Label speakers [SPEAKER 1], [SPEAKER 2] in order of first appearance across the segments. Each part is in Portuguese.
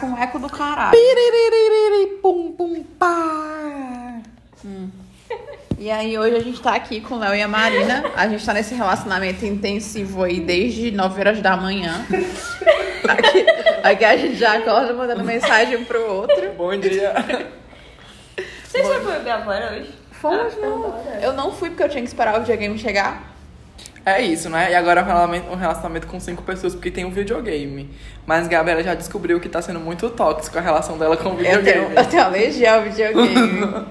[SPEAKER 1] com um eco do caralho.
[SPEAKER 2] Piriririri, pum, pum, pá.
[SPEAKER 1] E aí hoje a gente tá aqui com o Léo e a Marina. A gente tá nesse relacionamento intensivo aí desde 9 horas da manhã. Aqui, aqui a gente já acorda mandando mensagem um pro outro.
[SPEAKER 3] Bom dia.
[SPEAKER 4] Vocês já foram gravar hoje?
[SPEAKER 1] Fomos, não. Eu não fui porque eu tinha que esperar o videogame chegar.
[SPEAKER 3] É isso, né? E agora é um relacionamento, um relacionamento com cinco pessoas, porque tem um videogame. Mas Gabriela já descobriu que tá sendo muito tóxico a relação dela com É o
[SPEAKER 1] Eu tenho,
[SPEAKER 3] videogame.
[SPEAKER 1] eu tenho alergia ao videogame.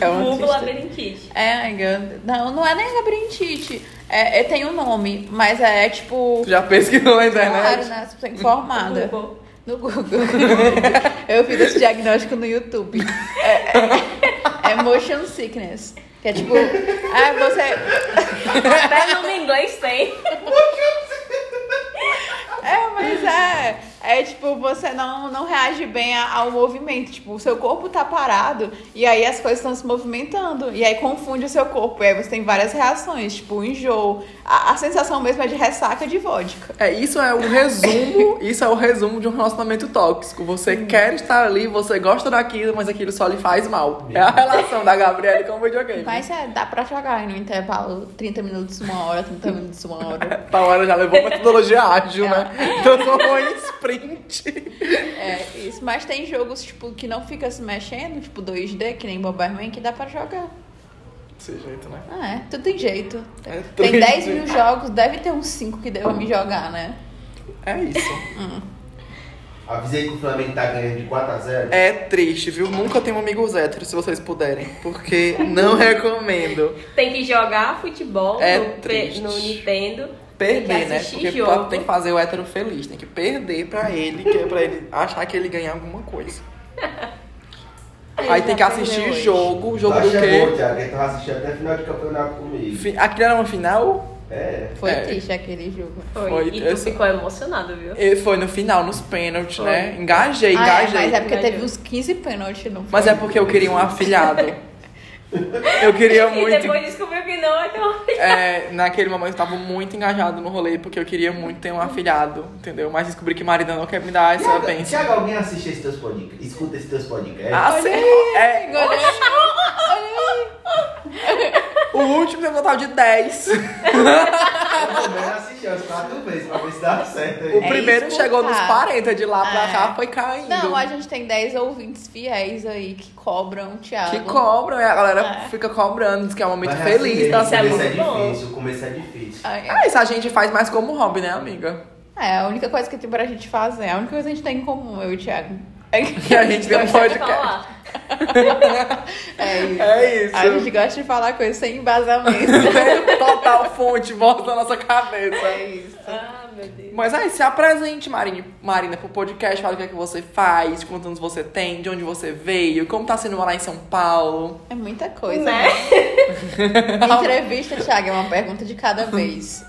[SPEAKER 1] É um
[SPEAKER 4] Vulgo
[SPEAKER 1] triste-
[SPEAKER 4] labirintite.
[SPEAKER 1] É, ainda. Não, não é nem labirintite. É, é- tem um nome, mas é, tipo.
[SPEAKER 3] Tu já pesquisou na
[SPEAKER 1] Claro,
[SPEAKER 3] internet?
[SPEAKER 1] né? Você é informada.
[SPEAKER 4] Vulgo.
[SPEAKER 1] No Google. Eu fiz esse diagnóstico no YouTube. É, é- é motion sickness. Que é tipo, ah, você.
[SPEAKER 4] Até nome em inglês tem.
[SPEAKER 1] É, mas é. É tipo, você não, não reage bem a- ao movimento. Tipo, o seu corpo tá parado e aí as coisas estão se movimentando. E aí confunde o seu corpo. E aí você tem várias reações, tipo, enjoo. A, a sensação mesmo é de ressaca de vodka.
[SPEAKER 3] É, isso é o resumo, isso é o resumo de um relacionamento tóxico. Você quer estar ali, você gosta daquilo, mas aquilo só lhe faz mal. É a relação da Gabriela com o videogame.
[SPEAKER 1] Mas é, dá pra jogar no intervalo 30 minutos, uma hora, 30 minutos, uma hora.
[SPEAKER 3] Paola Tá, já levou metodologia ágil,
[SPEAKER 1] Ela-
[SPEAKER 3] né? Transformou em sprint.
[SPEAKER 1] É, isso. Mas tem jogos, tipo, que não fica se mexendo, tipo 2D, que nem Bomberman, que dá pra jogar.
[SPEAKER 3] Desse jeito, né?
[SPEAKER 1] Ah, é. Tudo tem jeito.
[SPEAKER 3] É
[SPEAKER 1] Tem
[SPEAKER 3] 3D.
[SPEAKER 1] 10 mil jogos, deve ter uns 5 que devam me jogar, né?
[SPEAKER 3] É isso.
[SPEAKER 5] Avisei que o Flamengo tá ganhando de 4x0.
[SPEAKER 3] É triste, viu? Nunca tenho amigos héteros, se vocês puderem. Porque não recomendo.
[SPEAKER 4] Tem que jogar futebol
[SPEAKER 3] É
[SPEAKER 4] no,
[SPEAKER 3] triste.
[SPEAKER 4] no Nintendo. Tem
[SPEAKER 3] Perder,
[SPEAKER 4] que
[SPEAKER 3] né?
[SPEAKER 4] assistir
[SPEAKER 3] Porque
[SPEAKER 4] jogo.
[SPEAKER 3] tem que fazer o hétero feliz. Tem que perder pra ele, que é pra ele achar que ele ganha alguma coisa. Aí
[SPEAKER 1] Ele
[SPEAKER 3] tem que
[SPEAKER 1] já
[SPEAKER 3] assistir
[SPEAKER 1] perdeu hoje.
[SPEAKER 3] jogo. Jogo do
[SPEAKER 5] chegou,
[SPEAKER 3] quê?
[SPEAKER 5] Thiago. Ele tava assistindo até final de campeonato comigo.
[SPEAKER 3] Fi- Aquilo era uma final?
[SPEAKER 5] É.
[SPEAKER 1] Foi
[SPEAKER 3] É.
[SPEAKER 1] triste aquele jogo.
[SPEAKER 4] Foi.
[SPEAKER 3] Foi,
[SPEAKER 4] e tu
[SPEAKER 3] essa-
[SPEAKER 4] ficou emocionado, viu?
[SPEAKER 3] E foi no final, nos pênaltis,
[SPEAKER 5] Foi.
[SPEAKER 3] né? Engajei,
[SPEAKER 1] Ah, é,
[SPEAKER 3] engajei.
[SPEAKER 1] mas é porque
[SPEAKER 4] Engajei.
[SPEAKER 1] teve uns 15 pênaltis, não foi?
[SPEAKER 3] Mas é porque eu queria um afilhado. Eu queria muito.
[SPEAKER 4] E depois descobriu que não, então.
[SPEAKER 3] É, naquele momento eu tava muito engajado no rolê, porque eu queria muito ter um afilhado, entendeu? Mas descobri que Marina não quer me dar essa
[SPEAKER 1] é
[SPEAKER 5] Thiago,
[SPEAKER 3] benção.
[SPEAKER 5] Thiago, alguém assiste esses teus podcasts? Escuta esses teus podcasts?
[SPEAKER 3] Ah, sim, é,
[SPEAKER 1] Olha aí.
[SPEAKER 3] o último tem um total de 10.
[SPEAKER 1] É
[SPEAKER 5] Eu também assisti as quatro vezes pra ver se dá certo aí.
[SPEAKER 3] O
[SPEAKER 1] é
[SPEAKER 3] primeiro
[SPEAKER 1] escutar.
[SPEAKER 3] chegou nos 40, de lá pra
[SPEAKER 1] É.
[SPEAKER 3] cá foi caindo.
[SPEAKER 1] Não, a gente tem 10 ouvintes fiéis aí que cobram o Thiago.
[SPEAKER 3] Que cobram, é, a galera fica cobrando, diz que é um momento
[SPEAKER 5] Mas assim,
[SPEAKER 3] feliz
[SPEAKER 1] tá
[SPEAKER 3] da
[SPEAKER 5] O começo
[SPEAKER 3] semana.
[SPEAKER 5] é
[SPEAKER 4] muito bom.
[SPEAKER 5] difícil, o começo é difícil.
[SPEAKER 1] Ah, é.
[SPEAKER 3] Ah, isso a gente faz mais como hobby, né, amiga?
[SPEAKER 1] É, a única coisa que tem pra gente fazer, a única coisa que a gente tem em comum, eu e o Thiago. É
[SPEAKER 3] Que a gente tem um
[SPEAKER 4] Pode
[SPEAKER 3] podcast.
[SPEAKER 4] falar.
[SPEAKER 1] É isso.
[SPEAKER 3] É isso.
[SPEAKER 1] A gente gosta de falar coisas sem embasamento.
[SPEAKER 3] Tem total fonte, volta na nossa cabeça.
[SPEAKER 1] É isso.
[SPEAKER 4] Ah, meu Deus.
[SPEAKER 3] Mas aí, se apresente, Marina, Marina, pro podcast, fala o que é que você faz, quantos anos você tem, de onde você veio, como tá sendo morar em São Paulo.
[SPEAKER 1] É muita coisa.
[SPEAKER 4] Né?
[SPEAKER 1] Entrevista, Thiago, é uma pergunta de cada vez.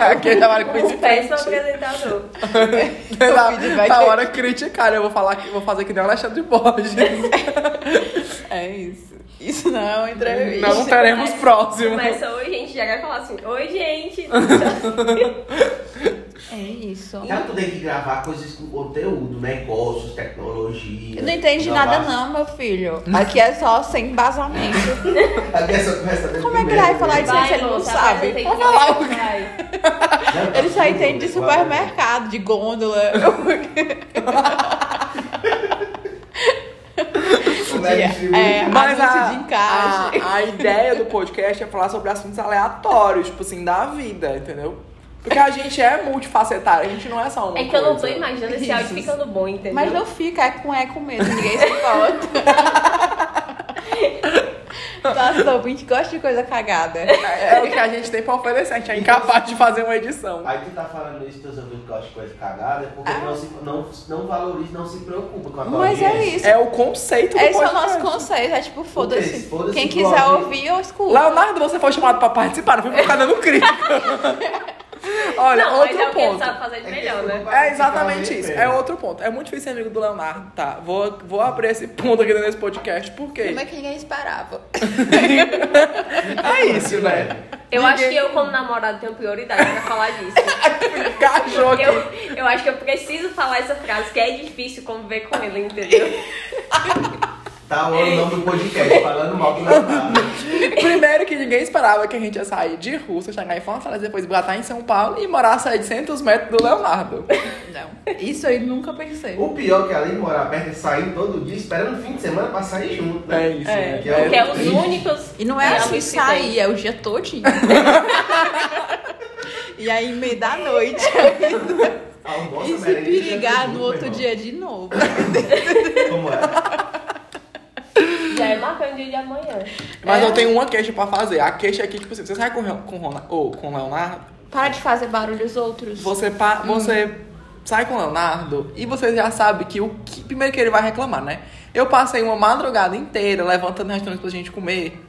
[SPEAKER 3] Aquele trabalho com
[SPEAKER 4] Um péssimo
[SPEAKER 3] isso.
[SPEAKER 4] apresentador.
[SPEAKER 1] O feedback
[SPEAKER 3] Na
[SPEAKER 1] é-
[SPEAKER 3] tá hora criticar, eu vou falar que vou fazer que nem o Alexandre Borges.
[SPEAKER 1] É isso. Isso não é uma entrevista.
[SPEAKER 3] Não teremos próximo.
[SPEAKER 4] Começa hoje, gente. Já vai falar assim. Oi, gente.
[SPEAKER 1] É isso.
[SPEAKER 5] Então tu tem que gravar coisas com conteúdo, negócios, tecnologia.
[SPEAKER 1] Eu não entendi nada não, meu filho. Aqui é só sem embasamento.
[SPEAKER 5] Aqui é só conversa dele
[SPEAKER 1] Como é que
[SPEAKER 5] primeiro,
[SPEAKER 1] ele vai falar
[SPEAKER 5] né?
[SPEAKER 1] disso? Gente, ele não
[SPEAKER 4] moça,
[SPEAKER 1] sabe.
[SPEAKER 4] apresenta aí
[SPEAKER 1] Vou
[SPEAKER 4] como é
[SPEAKER 1] falar
[SPEAKER 4] que
[SPEAKER 1] o-
[SPEAKER 4] vai.
[SPEAKER 5] Não, tá
[SPEAKER 1] Ele só
[SPEAKER 5] tudo,
[SPEAKER 1] entende de
[SPEAKER 5] igual a-
[SPEAKER 1] supermercado, de gôndola.
[SPEAKER 5] Como é que distribui?
[SPEAKER 1] É,
[SPEAKER 3] Mas
[SPEAKER 1] anúncio
[SPEAKER 3] a,
[SPEAKER 1] de encaixe.
[SPEAKER 3] a, a ideia do podcast é falar sobre assuntos aleatórios, tipo assim, da vida, entendeu? Porque a gente é multifacetário, a gente não é só uma
[SPEAKER 4] É que eu não tô
[SPEAKER 3] coisa.
[SPEAKER 4] imaginando esse áudio
[SPEAKER 1] Isso.
[SPEAKER 4] ficando bom, entendeu?
[SPEAKER 1] Mas não fica, é com eco mesmo, ninguém se importa. Nossa, ouvinte gosta de coisa cagada.
[SPEAKER 3] É o que a gente tem pra oferecer, a gente é incapaz de fazer uma edição.
[SPEAKER 5] Aí tu tá falando isso, teus ouvintes gostam de coisa cagada, é porque tu não, se, não, não valoriza, não se preocupa com a tua
[SPEAKER 1] Mas é
[SPEAKER 5] audiência.
[SPEAKER 1] isso.
[SPEAKER 3] Ah. É o conceito do
[SPEAKER 1] Esse é o
[SPEAKER 3] podcast.
[SPEAKER 1] nosso conceito, é tipo, foda-se.
[SPEAKER 5] Foda-se, foda-se,
[SPEAKER 1] Quem quiser
[SPEAKER 5] foda-se.
[SPEAKER 1] ouvir, eu escuto.
[SPEAKER 3] Leonardo, você foi chamado pra participar, não foi por causa do crítica. Olha,
[SPEAKER 4] não,
[SPEAKER 3] outro
[SPEAKER 4] mas é o que ele
[SPEAKER 3] ponto.
[SPEAKER 4] sabe fazer de melhor, né?
[SPEAKER 5] Vai
[SPEAKER 3] É exatamente
[SPEAKER 5] ficar
[SPEAKER 3] isso.
[SPEAKER 5] bem,
[SPEAKER 3] É
[SPEAKER 5] velho.
[SPEAKER 3] outro ponto. É muito difícil ser amigo do Leonardo, tá? Vou, vou abrir esse ponto aqui dentro desse podcast, porque
[SPEAKER 1] Como é que ninguém esperava?
[SPEAKER 3] é isso, né?
[SPEAKER 4] Eu acho que
[SPEAKER 3] Ninguém-
[SPEAKER 4] eu, como namorado, tenho prioridade pra falar disso.
[SPEAKER 3] Cachorro aqui.
[SPEAKER 4] Eu, eu acho que eu preciso falar essa frase, que é difícil conviver com ele, entendeu?
[SPEAKER 5] Tá o nome do podcast, falando mal do Leonardo.
[SPEAKER 3] Primeiro que ninguém esperava que a gente ia sair de Rússia, chegar em Fortaleza, depois botar em São Paulo e morar a 700 metros do Leonardo.
[SPEAKER 1] Não. Isso aí nunca pensei.
[SPEAKER 5] O pior é que além de morar perto e sair todo dia, esperando o fim de semana pra sair junto.
[SPEAKER 3] É
[SPEAKER 5] né?
[SPEAKER 3] isso,
[SPEAKER 4] É,
[SPEAKER 3] né?
[SPEAKER 5] que é o-
[SPEAKER 4] que é os únicos.
[SPEAKER 1] E não é assim
[SPEAKER 4] amigos que
[SPEAKER 1] sair, é o dia todinho. e aí, meio da noite.
[SPEAKER 5] Almoça,
[SPEAKER 1] E se
[SPEAKER 5] merenda,
[SPEAKER 1] perigar
[SPEAKER 5] janta
[SPEAKER 1] no
[SPEAKER 5] junto,
[SPEAKER 1] outro
[SPEAKER 5] né? meu
[SPEAKER 1] dia de novo.
[SPEAKER 5] irmão. Como é?
[SPEAKER 4] tem. Já é marcando o dia de amanhã.
[SPEAKER 3] Mas
[SPEAKER 1] É.
[SPEAKER 3] eu tenho uma queixa pra fazer. A queixa é que, tipo assim, você sai com, Re- com, Rona- ou com Leonardo,
[SPEAKER 1] Para de fazer barulho os outros.
[SPEAKER 3] Você,
[SPEAKER 1] Hum.
[SPEAKER 3] pa- você sai com o Leonardo e você já sabe que o que, primeiro que ele vai reclamar, né? Eu passei uma madrugada inteira levantando restaurantes pra gente comer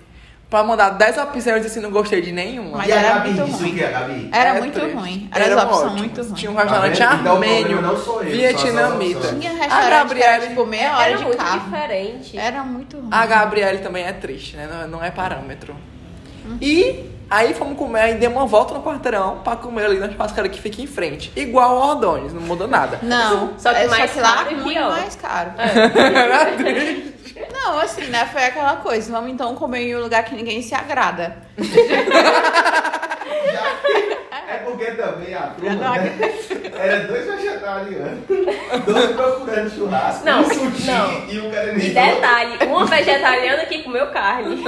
[SPEAKER 3] pra mandar 10 opções e disse não gostei de nenhuma.
[SPEAKER 1] Mas
[SPEAKER 5] e a
[SPEAKER 1] era
[SPEAKER 5] Gabi
[SPEAKER 1] muito
[SPEAKER 5] disse
[SPEAKER 1] ruim.
[SPEAKER 5] o que, a Gabi?
[SPEAKER 1] Era
[SPEAKER 3] É
[SPEAKER 1] muito
[SPEAKER 3] triste.
[SPEAKER 1] ruim. Era, as opções
[SPEAKER 3] ótimo.
[SPEAKER 1] muito ruins.
[SPEAKER 3] Tinha um restaurante
[SPEAKER 5] Tá vendo? Então o
[SPEAKER 3] armênio,
[SPEAKER 5] problema não sou eu,
[SPEAKER 3] vietnamita.
[SPEAKER 5] são as opções.
[SPEAKER 1] Tinha
[SPEAKER 3] A
[SPEAKER 1] restaurante que
[SPEAKER 3] Gabriela
[SPEAKER 1] era tipo meia hora
[SPEAKER 4] Era
[SPEAKER 1] de
[SPEAKER 4] muito
[SPEAKER 1] carro.
[SPEAKER 4] diferente.
[SPEAKER 1] Era muito ruim.
[SPEAKER 3] A Gabriele também é triste, né? Não, não é parâmetro.
[SPEAKER 1] Uhum.
[SPEAKER 3] E aí fomos comer e demos uma volta no quarteirão pra comer ali na churrascaria que fica em frente. Igual o Ordones, não mudou nada.
[SPEAKER 1] Não,
[SPEAKER 4] Só que
[SPEAKER 1] é-
[SPEAKER 4] mais
[SPEAKER 1] lá
[SPEAKER 4] caro e
[SPEAKER 1] muito
[SPEAKER 4] pior.
[SPEAKER 1] mais caro.
[SPEAKER 3] Era triste.
[SPEAKER 1] Não, assim, né? Foi aquela coisa. Vamos então comer em um lugar que ninguém se agrada.
[SPEAKER 5] É porque também a turma,
[SPEAKER 1] Não,
[SPEAKER 5] né? Era dois vegetarianos, dois procurando churrasco,
[SPEAKER 4] Não,
[SPEAKER 5] um sushi
[SPEAKER 4] não.
[SPEAKER 5] e um caranguejo.
[SPEAKER 4] E detalhe, uma vegetariana que comeu carne.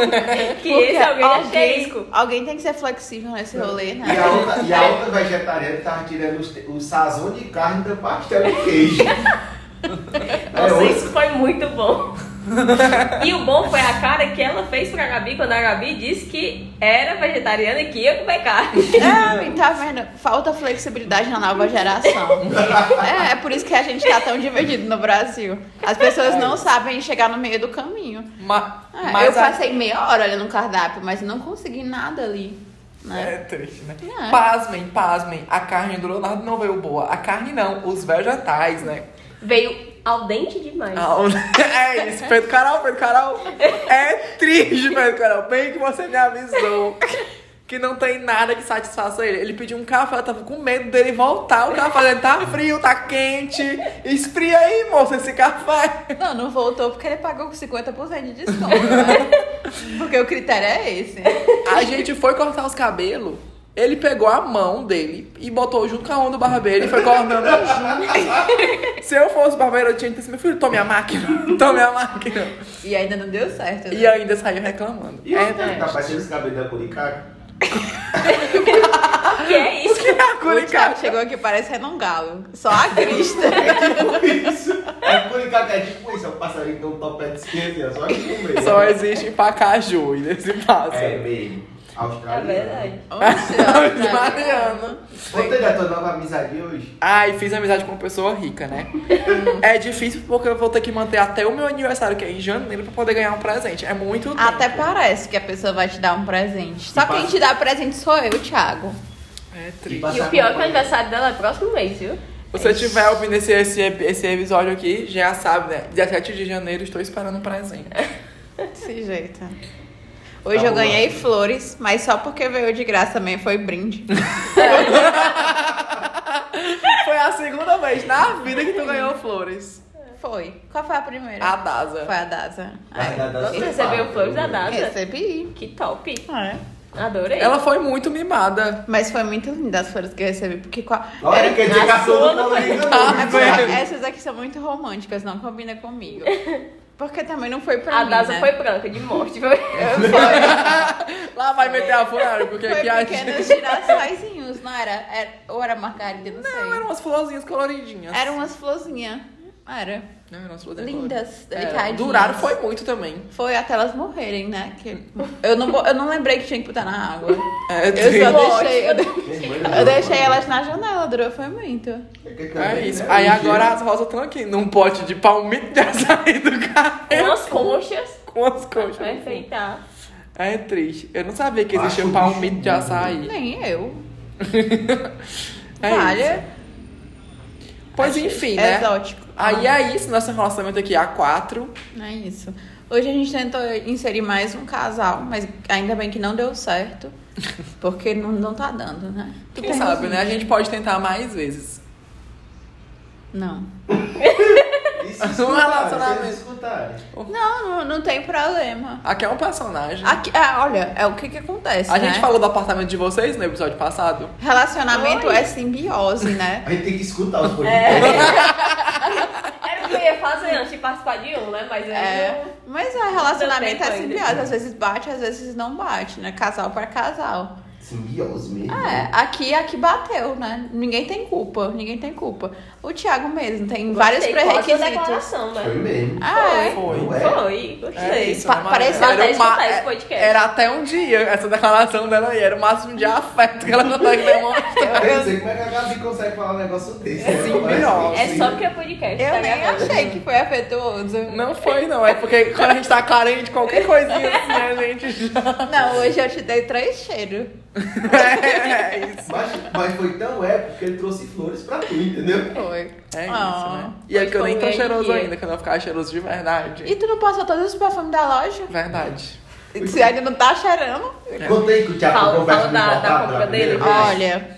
[SPEAKER 4] Que esse alguém é asterisco.
[SPEAKER 1] alguém tem que ser flexível nesse rolê, né?
[SPEAKER 5] E a, outra, e a outra vegetariana tava tirando os, te- o sazão de carne do pastel de queijo. É,
[SPEAKER 4] Nossa,
[SPEAKER 5] outro-
[SPEAKER 4] isso foi muito bom. E o bom foi a cara que ela fez pra Gabi quando a Gabi disse que era vegetariana e que ia comer carne.
[SPEAKER 1] É, tá vendo? Falta flexibilidade na nova geração. É, é por isso que a gente tá tão dividido no Brasil. As pessoas não sabem chegar no meio do caminho.
[SPEAKER 3] Ma-
[SPEAKER 1] É,
[SPEAKER 3] mas
[SPEAKER 1] eu
[SPEAKER 3] a-
[SPEAKER 1] passei meia hora olhando o cardápio, mas não consegui nada ali. Né?
[SPEAKER 3] É triste, né?
[SPEAKER 1] É.
[SPEAKER 3] Pasmem, pasmem. A carne do Leonardo não veio boa. A carne não, os vegetais, né?
[SPEAKER 4] Veio al dente demais.
[SPEAKER 3] Ah, o- É isso, Pedro Carol, Pedro Carol. É triste, Pedro Carol. Bem que você me avisou. Que não tem nada que satisfaça ele. Ele pediu um café, eu tava com medo dele voltar. O café dele tá frio, tá quente. Esfria aí, moça, esse café.
[SPEAKER 1] Não, não voltou porque ele pagou 50% de desconto. Né? Porque o critério é esse.
[SPEAKER 3] A gente foi cortar os cabelos. Ele pegou a mão dele e botou junto com a mão do barbeiro e foi cortando junto. Se eu fosse barbeiro, eu tinha que dizer, meu filho, tome a máquina, tome a máquina.
[SPEAKER 1] E ainda não deu certo. né?
[SPEAKER 3] E ainda saiu reclamando.
[SPEAKER 5] E
[SPEAKER 3] é,
[SPEAKER 5] outra, tá parecendo os cabelos da Curicaca.
[SPEAKER 4] Que é isso?
[SPEAKER 3] a
[SPEAKER 1] O Thiago
[SPEAKER 3] curicaca.
[SPEAKER 1] chegou aqui parecendo um galo. Só a crista.
[SPEAKER 5] Tipo isso. A Curicaca é tipo isso, é um passarinho que tem um topete esquerdo, só que no meio.
[SPEAKER 3] Só existe em Pacaju e nesse passo.
[SPEAKER 5] É meio
[SPEAKER 4] É
[SPEAKER 5] australiano.
[SPEAKER 4] verdade.
[SPEAKER 1] Oxe,
[SPEAKER 3] De
[SPEAKER 1] ó, tá.
[SPEAKER 3] Mariana.
[SPEAKER 5] Vou ter a tua nova amizade hoje.
[SPEAKER 3] Ai, fiz amizade com uma pessoa rica, né? é difícil porque eu vou ter que manter até o meu aniversário, que é em janeiro, pra poder ganhar um presente. É muito tempo.
[SPEAKER 1] Até parece que a pessoa vai te dar um presente. Só
[SPEAKER 5] E
[SPEAKER 1] quem
[SPEAKER 5] passa-
[SPEAKER 1] te dá presente sou eu, Thiago.
[SPEAKER 3] É
[SPEAKER 5] E
[SPEAKER 3] triste.
[SPEAKER 4] E
[SPEAKER 5] passar
[SPEAKER 4] o pior é
[SPEAKER 5] com-
[SPEAKER 4] que o aniversário dela é próximo mês, viu?
[SPEAKER 3] Se você estiver ouvindo esse, esse, esse episódio aqui, já sabe, né? 17 de janeiro, estou esperando o presente.
[SPEAKER 1] Desse jeito. Hoje
[SPEAKER 5] Tá
[SPEAKER 1] eu
[SPEAKER 5] bom.
[SPEAKER 1] ganhei flores, mas só porque veio de graça também foi brinde.
[SPEAKER 3] Foi a segunda vez na vida que tu ganhou flores.
[SPEAKER 1] Foi. Qual foi a primeira?
[SPEAKER 5] Ah,
[SPEAKER 3] A Daza.
[SPEAKER 1] Foi a Daza.
[SPEAKER 5] Mas
[SPEAKER 1] Aí,
[SPEAKER 5] da dança
[SPEAKER 4] Você
[SPEAKER 5] é
[SPEAKER 4] recebeu
[SPEAKER 5] fácil.
[SPEAKER 4] flores da Daza?
[SPEAKER 1] Recebi.
[SPEAKER 4] Que top.
[SPEAKER 1] É.
[SPEAKER 4] Adorei.
[SPEAKER 3] Ela foi muito mimada.
[SPEAKER 1] Mas foi muito linda as flores que eu recebi, porque qual...
[SPEAKER 5] Olha que indicação
[SPEAKER 4] sua
[SPEAKER 5] do
[SPEAKER 4] não
[SPEAKER 5] Paulinho
[SPEAKER 1] É
[SPEAKER 5] Canudo,
[SPEAKER 1] porque
[SPEAKER 5] Thiago.
[SPEAKER 1] essas aqui são muito românticas, não combina comigo. Porque também não foi pra
[SPEAKER 4] A
[SPEAKER 1] mim.
[SPEAKER 4] Daza
[SPEAKER 1] né?
[SPEAKER 4] foi branca de morte, viu?
[SPEAKER 3] Lá vai meter a funária, porque
[SPEAKER 1] Foi
[SPEAKER 3] aqui a gente...
[SPEAKER 1] pequenos girassóizinhos, não era? Era- Ou era margarida, não,
[SPEAKER 3] Não,
[SPEAKER 1] sei.
[SPEAKER 3] eram umas florzinhas coloridinhas.
[SPEAKER 1] Eram umas florzinhas. Era.
[SPEAKER 3] Não, eram umas florzinhas
[SPEAKER 1] Lindas,
[SPEAKER 3] coloridinhas. É,
[SPEAKER 1] delicadinhas.
[SPEAKER 3] Duraram foi muito também.
[SPEAKER 1] Foi até elas morrerem, né? Que- Eu, não, vou- eu não lembrei que tinha que botar na água.
[SPEAKER 3] É,
[SPEAKER 1] Eu só
[SPEAKER 3] triste.
[SPEAKER 1] deixei. Eu, de-
[SPEAKER 5] Minha irmã
[SPEAKER 1] eu
[SPEAKER 5] não
[SPEAKER 1] deixei elas na janela, durou foi muito.
[SPEAKER 5] É que também,
[SPEAKER 3] É isso.
[SPEAKER 5] né,
[SPEAKER 3] Aí
[SPEAKER 5] o
[SPEAKER 3] agora
[SPEAKER 5] jeito-
[SPEAKER 3] as rosas estão aqui num pote de palmito de açaí do
[SPEAKER 4] Com
[SPEAKER 3] carro
[SPEAKER 4] as conchas.
[SPEAKER 3] com as coxas.
[SPEAKER 4] Vai
[SPEAKER 1] assim.
[SPEAKER 4] enfeitar.
[SPEAKER 3] É triste. Eu não sabia que
[SPEAKER 5] Acho
[SPEAKER 3] existia
[SPEAKER 5] um
[SPEAKER 3] palmito de
[SPEAKER 5] bicho.
[SPEAKER 3] açaí.
[SPEAKER 1] Nem eu.
[SPEAKER 3] É isso.
[SPEAKER 1] Falha.
[SPEAKER 3] Pois
[SPEAKER 1] Achei
[SPEAKER 3] enfim, né?
[SPEAKER 1] Exótico.
[SPEAKER 3] Aí é isso, nosso relacionamento aqui a quatro.
[SPEAKER 1] É isso. Hoje a gente tentou inserir mais um casal, mas ainda bem que não deu certo. Porque não, não tá dando, né?
[SPEAKER 3] Quem
[SPEAKER 1] Tem
[SPEAKER 3] sabe,
[SPEAKER 1] uns-
[SPEAKER 3] né? A gente pode tentar mais vezes.
[SPEAKER 1] Não.
[SPEAKER 5] Isso
[SPEAKER 3] Um relacionamento.
[SPEAKER 5] escutarem.
[SPEAKER 1] Não, não, não tem problema.
[SPEAKER 3] Aqui é um personagem.
[SPEAKER 1] Aqui, ah, olha, é o que que acontece,
[SPEAKER 3] A
[SPEAKER 1] né?
[SPEAKER 3] gente falou do apartamento de vocês no episódio passado.
[SPEAKER 1] Relacionamento
[SPEAKER 4] Oi.
[SPEAKER 1] é simbiose, né?
[SPEAKER 5] A gente tem que escutar os
[SPEAKER 4] É.
[SPEAKER 5] podcasts.
[SPEAKER 4] Era o que eu ia fazer antes de participar de um, né? Mas aí
[SPEAKER 1] É,
[SPEAKER 4] eu-
[SPEAKER 1] mas é, relacionamento
[SPEAKER 4] tempo
[SPEAKER 1] é
[SPEAKER 4] ainda.
[SPEAKER 1] simbiose. Às vezes bate, às vezes não bate, né? Casal pra casal.
[SPEAKER 5] Simbiose mesmo.
[SPEAKER 4] Ah,
[SPEAKER 1] É, aqui, aqui bateu, né? Ninguém tem culpa, ninguém tem culpa. O Thiago mesmo tem vários
[SPEAKER 4] gostei, quase da
[SPEAKER 1] pré-requisitos.
[SPEAKER 4] declaração,
[SPEAKER 5] Foi
[SPEAKER 4] né?
[SPEAKER 5] mesmo.
[SPEAKER 1] Ah, é?
[SPEAKER 3] Foi.
[SPEAKER 5] Não é?
[SPEAKER 4] Foi, gostei.
[SPEAKER 3] É isso,
[SPEAKER 1] Pa-
[SPEAKER 3] né,
[SPEAKER 1] parece-
[SPEAKER 3] Maria?
[SPEAKER 4] até
[SPEAKER 3] Era uma- é,
[SPEAKER 4] escutar esse podcast.
[SPEAKER 3] Era até um dia essa declaração dela aí. Era o máximo de afeto que ela tá consegue demonstrar.
[SPEAKER 5] Eu não sei como é que a Gabi consegue falar um negócio desse. né?
[SPEAKER 3] simbiose.
[SPEAKER 5] Parece
[SPEAKER 4] É só
[SPEAKER 5] possível.
[SPEAKER 4] porque é podcast. tá
[SPEAKER 1] Eu nem
[SPEAKER 4] gravando.
[SPEAKER 1] achei que foi afetuoso.
[SPEAKER 3] Não foi, não. É porque quando a gente tá carente, qualquer coisinha assim, a gente já.
[SPEAKER 1] Não, hoje eu te dei três cheiros.
[SPEAKER 3] É, é isso.
[SPEAKER 5] Mas, mas foi tão épico que ele trouxe flores pra tu, entendeu?
[SPEAKER 1] Foi.
[SPEAKER 3] É isso,
[SPEAKER 1] Ah,
[SPEAKER 3] né? E é
[SPEAKER 4] pois
[SPEAKER 3] que eu nem tô
[SPEAKER 4] foi,
[SPEAKER 3] cheiroso
[SPEAKER 4] é.
[SPEAKER 3] ainda, quando eu ficar cheiroso de verdade.
[SPEAKER 1] E tu não passou todos os perfumes da loja?
[SPEAKER 3] Verdade.
[SPEAKER 1] Se ainda não tá cheirando.
[SPEAKER 3] É.
[SPEAKER 5] Contei que o Thiago
[SPEAKER 4] Fala-
[SPEAKER 5] comprou
[SPEAKER 4] fala
[SPEAKER 5] perfume
[SPEAKER 4] da- da
[SPEAKER 5] importado
[SPEAKER 4] compra
[SPEAKER 5] pela primeira
[SPEAKER 4] dele.
[SPEAKER 5] vez.
[SPEAKER 1] Olha,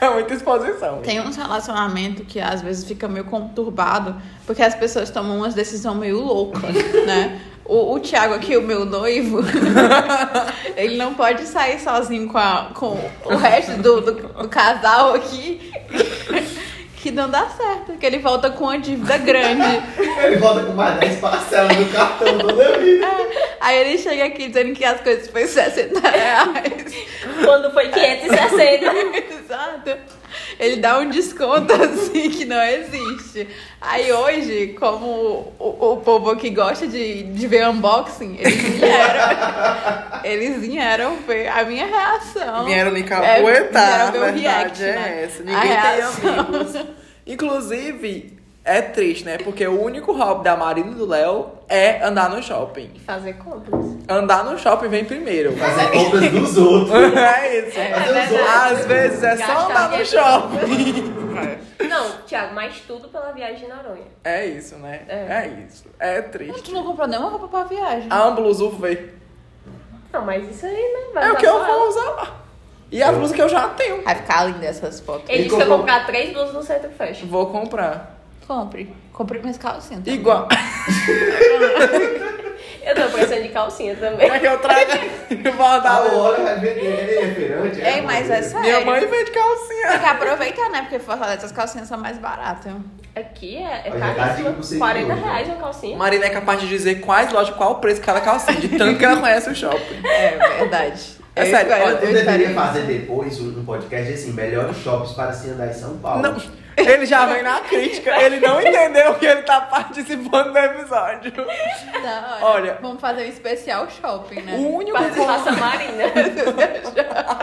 [SPEAKER 3] É muita exposição.
[SPEAKER 1] tem uns relacionamentos que às vezes fica meio conturbado, porque as pessoas tomam umas decisões meio loucas, né? O, o Thiago aqui, o meu noivo, ele não pode sair sozinho com, a- com o resto do, do, do casal aqui, que não dá certo, que ele volta com uma dívida grande.
[SPEAKER 5] Ele volta com mais 10 parcelas no cartão toda vida.
[SPEAKER 4] É.
[SPEAKER 1] Aí ele chega aqui dizendo que as coisas foi 60 reais.
[SPEAKER 4] Quando foi 560.
[SPEAKER 1] Exato. Ele dá um desconto assim que não existe. Aí hoje, como o, o povo que gosta de, de ver unboxing, eles vieram. eles vieram ver a minha reação.
[SPEAKER 3] Vieram me
[SPEAKER 1] É,
[SPEAKER 3] caguetar, a
[SPEAKER 1] vieram ver o
[SPEAKER 3] verdade
[SPEAKER 1] react,
[SPEAKER 3] é
[SPEAKER 1] né?
[SPEAKER 3] essa.
[SPEAKER 1] A
[SPEAKER 3] Ninguém tem
[SPEAKER 1] reação.
[SPEAKER 3] amigos. Inclusive, é triste, né? Porque o único hobby da Marina e do Léo é andar no shopping.
[SPEAKER 4] Fazer compras.
[SPEAKER 3] Andar no shopping vem primeiro.
[SPEAKER 5] Fazer é compras dos outros.
[SPEAKER 3] É isso.
[SPEAKER 5] Fazer os outros.
[SPEAKER 3] Às vezes é só
[SPEAKER 4] Gastar
[SPEAKER 3] andar no
[SPEAKER 4] dinheiro.
[SPEAKER 3] shopping.
[SPEAKER 4] Não, Thiago, mas tudo pela viagem de Naronha.
[SPEAKER 3] É isso, né?
[SPEAKER 4] É.
[SPEAKER 3] É isso. É
[SPEAKER 1] Mas
[SPEAKER 3] triste.
[SPEAKER 1] Tu não comprou nenhuma roupa pra viagem.
[SPEAKER 3] A Amblus UV
[SPEAKER 4] Não, mas isso aí, né? Vai
[SPEAKER 3] é o
[SPEAKER 4] usar
[SPEAKER 3] que eu
[SPEAKER 4] só ela.
[SPEAKER 3] vou usar lá. E as blusas que eu já tenho.
[SPEAKER 1] Vai ficar linda essas fotos.
[SPEAKER 4] Ele
[SPEAKER 5] Ele
[SPEAKER 4] disse que eu
[SPEAKER 5] comprou-
[SPEAKER 4] vou comprar três blusas no Centro Fashion.
[SPEAKER 3] Vou comprar.
[SPEAKER 1] Compre. Compre minhas calcinhas. também.
[SPEAKER 3] Igual.
[SPEAKER 4] Eu tô precisando de calcinha também.
[SPEAKER 3] É que eu trago e vou
[SPEAKER 5] Da
[SPEAKER 3] andar no
[SPEAKER 5] hora vai vender. Ele é referente.
[SPEAKER 1] Ei, mas é sério.
[SPEAKER 3] Minha mãe vende calcinha.
[SPEAKER 1] Tem que aproveitar, né? Porque Fortaleza as calcinhas são mais baratas.
[SPEAKER 4] Aqui é, é
[SPEAKER 5] Olha, dá dica
[SPEAKER 4] caríssimo.
[SPEAKER 5] pro seguidor,
[SPEAKER 4] 40
[SPEAKER 5] né?
[SPEAKER 4] reais uma calcinha.
[SPEAKER 3] Marina é capaz de dizer quais lojas, qual o preço de cada calcinha, de tanto que ela conhece o shopping.
[SPEAKER 1] É verdade.
[SPEAKER 3] É sério,
[SPEAKER 1] espero-
[SPEAKER 3] olha,
[SPEAKER 5] Eu
[SPEAKER 1] eu
[SPEAKER 5] deveria
[SPEAKER 1] espero-
[SPEAKER 5] fazer depois um um podcast assim, melhores shoppings para se andar em São Paulo.
[SPEAKER 3] Não, ele já vem na crítica, ele não entendeu que ele tá participando do episódio.
[SPEAKER 1] Tá,
[SPEAKER 3] Olha.
[SPEAKER 1] Vamos fazer um especial shopping, né?
[SPEAKER 3] O único,
[SPEAKER 4] Participação marina.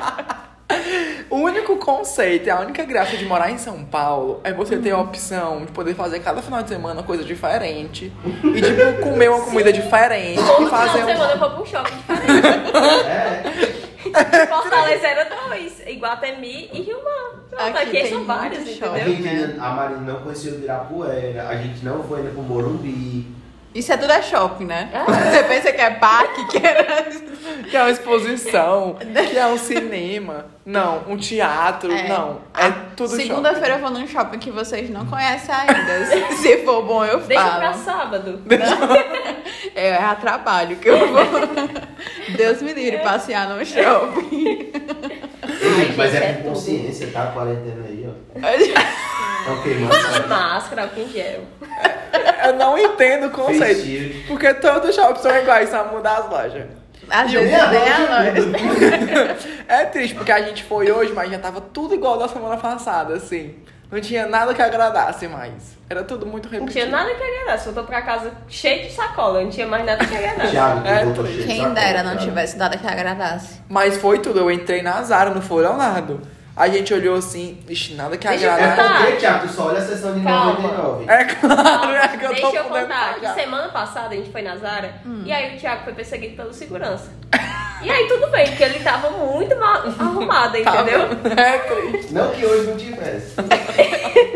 [SPEAKER 3] o único conceito, a única graça de morar em São Paulo é você ter a opção de poder fazer cada final de semana coisa diferente e, tipo, comer uma comida diferente
[SPEAKER 4] Todo
[SPEAKER 3] e
[SPEAKER 4] final de
[SPEAKER 3] fazer um.
[SPEAKER 4] semana eu vou pra um shopping diferente.
[SPEAKER 5] É.
[SPEAKER 4] Fortaleza era dois. Iguatemi e Rio Mar. Pronto,
[SPEAKER 1] Aqui
[SPEAKER 4] aqui,
[SPEAKER 1] tem
[SPEAKER 4] são
[SPEAKER 1] muito
[SPEAKER 4] vários,
[SPEAKER 1] shopping.
[SPEAKER 5] A
[SPEAKER 4] entendeu?
[SPEAKER 5] gente, ainda- a Marina não conheceu o Ibirapuera, a gente não foi ainda pro Morumbi.
[SPEAKER 1] Isso é tudo é shopping, né?
[SPEAKER 4] Ah.
[SPEAKER 1] Você pensa que é parque, que é...
[SPEAKER 3] Que é uma exposição, que é um cinema, não, um teatro, não. É tudo
[SPEAKER 1] Segunda-feira eu vou num shopping que vocês não conhecem ainda. Se- Se for bom, eu falo.
[SPEAKER 4] Deixa pra sábado.
[SPEAKER 1] É, é a trabalho que eu vou. Deus me livre passear num shopping.
[SPEAKER 5] Ei, mas
[SPEAKER 4] gente, é
[SPEAKER 5] é com
[SPEAKER 4] tudo.
[SPEAKER 5] consciência, tá? A quarentena aí, ó. Estão queimando. né?
[SPEAKER 4] De
[SPEAKER 5] sabe?
[SPEAKER 4] máscara, álcool em gel.
[SPEAKER 3] Eu não entendo o
[SPEAKER 5] Fez
[SPEAKER 3] conceito.
[SPEAKER 5] tiro.
[SPEAKER 3] Porque todos os shopping são iguais, só mudar as lojas.
[SPEAKER 1] Às
[SPEAKER 5] Eu
[SPEAKER 1] vezes é tem
[SPEAKER 5] nem
[SPEAKER 1] a
[SPEAKER 5] agora
[SPEAKER 1] loja.
[SPEAKER 5] eu vi.
[SPEAKER 3] É triste, porque a gente foi hoje, mas já tava tudo igual da semana passada, assim. Não tinha nada que agradasse mais. Era tudo muito repetido.
[SPEAKER 4] Não tinha nada que agradar. Só tô pra casa cheio de sacola. Não tinha mais nada que agradar.
[SPEAKER 5] Thiago, que
[SPEAKER 3] É,
[SPEAKER 5] botou
[SPEAKER 3] tu-
[SPEAKER 5] cheio de
[SPEAKER 1] Quem
[SPEAKER 5] sacola,
[SPEAKER 1] dera não
[SPEAKER 5] cara.
[SPEAKER 1] tivesse nada que agradasse.
[SPEAKER 3] Mas foi tudo. Eu entrei na Zara, não foi Leonardo. A gente olhou assim, ixi, nada que
[SPEAKER 4] Deixa eu
[SPEAKER 5] É
[SPEAKER 3] agradasse.
[SPEAKER 4] Tá.
[SPEAKER 5] porque, Thiago, tu só olha a sessão de
[SPEAKER 4] Calma.
[SPEAKER 5] 99.
[SPEAKER 3] É claro, é que eu tô
[SPEAKER 4] Deixa eu
[SPEAKER 3] podendo
[SPEAKER 4] contar. Que
[SPEAKER 3] pagar.
[SPEAKER 1] Hum.
[SPEAKER 4] semana passada a gente foi na Zara. E aí o Thiago foi perseguido pelo segurança. E aí tudo bem, porque ele tava muito mal arrumado, entendeu?
[SPEAKER 3] É, Cris.
[SPEAKER 5] Não que hoje não tivesse.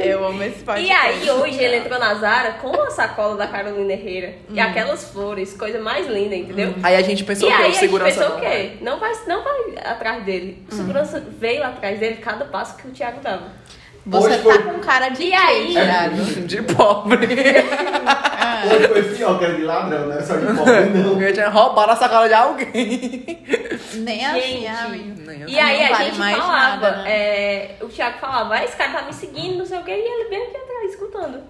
[SPEAKER 1] Eu amo esse podcast.
[SPEAKER 4] E aí hoje ele entrou na Zara com a sacola da Carolina Herrera. E
[SPEAKER 1] Hum.
[SPEAKER 4] aquelas flores, coisa mais linda, entendeu?
[SPEAKER 3] Aí a gente pensou
[SPEAKER 4] E
[SPEAKER 3] Hum. o quê?
[SPEAKER 4] aí
[SPEAKER 3] O
[SPEAKER 4] a gente
[SPEAKER 3] segurança
[SPEAKER 4] pensou
[SPEAKER 3] não
[SPEAKER 4] o quê? Não vai, não vai atrás dele.
[SPEAKER 1] Hum.
[SPEAKER 4] O segurança veio atrás dele cada passo que o Thiago dava.
[SPEAKER 1] Você
[SPEAKER 5] Hoje
[SPEAKER 1] tá
[SPEAKER 5] foi-
[SPEAKER 1] com cara de
[SPEAKER 4] E aí?
[SPEAKER 1] Thiago.
[SPEAKER 3] vai. é? De pobre.
[SPEAKER 1] Ah,
[SPEAKER 5] Hoje foi pior que era de ladrão, não era só de pobre, não.
[SPEAKER 3] Porque tinha roubado a sacola de alguém. é
[SPEAKER 1] Nem assim,
[SPEAKER 4] Gente.
[SPEAKER 1] amigo.
[SPEAKER 3] Nem
[SPEAKER 4] E aí
[SPEAKER 1] Não
[SPEAKER 4] a
[SPEAKER 1] vale
[SPEAKER 4] gente
[SPEAKER 1] mais
[SPEAKER 4] falava,
[SPEAKER 1] nada, né?
[SPEAKER 4] é, o Thiago falava, "Ah, esse cara tá me seguindo, não sei o quê, e ele bem aqui atrás, escutando.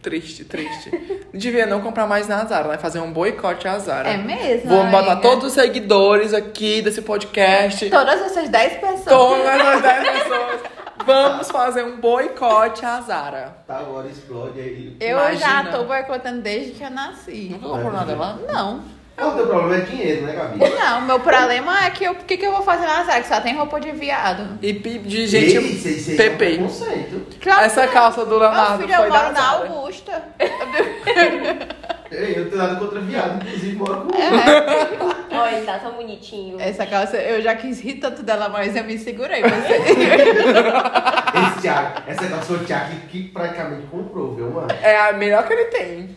[SPEAKER 3] Triste, triste. Devia não comprar mais na Zara, né? Fazer um boicote à Zara.
[SPEAKER 1] É mesmo,
[SPEAKER 3] Vamos botar
[SPEAKER 1] amiga?
[SPEAKER 4] né?
[SPEAKER 3] todos os seguidores aqui desse podcast.
[SPEAKER 1] Todas essas 10 pessoas.
[SPEAKER 3] Todas as 10 pessoas. Vamos fazer um boicote à Zara.
[SPEAKER 5] Tá, agora explode aí.
[SPEAKER 1] Eu
[SPEAKER 3] Imagina.
[SPEAKER 1] já tô boicotando desde que eu nasci.
[SPEAKER 3] Nunca comprou nada lá?
[SPEAKER 1] Não.
[SPEAKER 5] Ah, o teu problema é dinheiro, né, Gabi?
[SPEAKER 1] Não, meu problema é que eu. O que, que eu vou fazer na Zara? Que só tem roupa de viado.
[SPEAKER 3] E pi- de
[SPEAKER 5] Ei,
[SPEAKER 3] gente.
[SPEAKER 5] isso- isso aí é um
[SPEAKER 3] Pepe.
[SPEAKER 5] preconceito.
[SPEAKER 1] Claro
[SPEAKER 3] Essa
[SPEAKER 1] que não.
[SPEAKER 3] calça do Leonardo
[SPEAKER 1] Meu filho, eu
[SPEAKER 3] foi da
[SPEAKER 1] moro na
[SPEAKER 3] Zara.
[SPEAKER 1] Augusta.
[SPEAKER 5] Ei, eu não tenho nada contra viado, inclusive moro com
[SPEAKER 1] É.
[SPEAKER 4] Olha, ele tá tão bonitinho.
[SPEAKER 1] Essa calça eu já quis rir tanto dela, mas eu me segurei. Você...
[SPEAKER 5] esse Thiago. Essa calça foi o Thiago que- que praticamente comprou, viu, mano?
[SPEAKER 3] É a melhor que ele tem.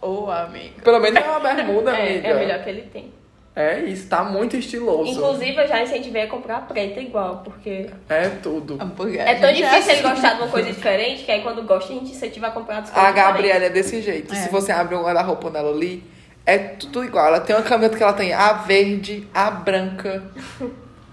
[SPEAKER 1] Ô, amigo.
[SPEAKER 3] Pelo menos é uma bermuda,
[SPEAKER 4] é,
[SPEAKER 3] amiga.
[SPEAKER 4] é o melhor que ele tem.
[SPEAKER 3] É isso, tá muito estiloso.
[SPEAKER 4] Inclusive, eu já incentivei a comprar a preta igual, porque
[SPEAKER 3] É tudo.
[SPEAKER 1] Hambúrguer.
[SPEAKER 4] é tão
[SPEAKER 1] A gente
[SPEAKER 4] difícil
[SPEAKER 1] assim.
[SPEAKER 4] ele gostar de uma coisa diferente, que aí quando gosta, a gente incentiva a comprar as coisas
[SPEAKER 3] A Gabriela é desse jeito.
[SPEAKER 1] É.
[SPEAKER 3] Se você abrir um guarda-roupa dela ali, é tudo igual. Ela tem uma camiseta que ela tem a verde, a branca.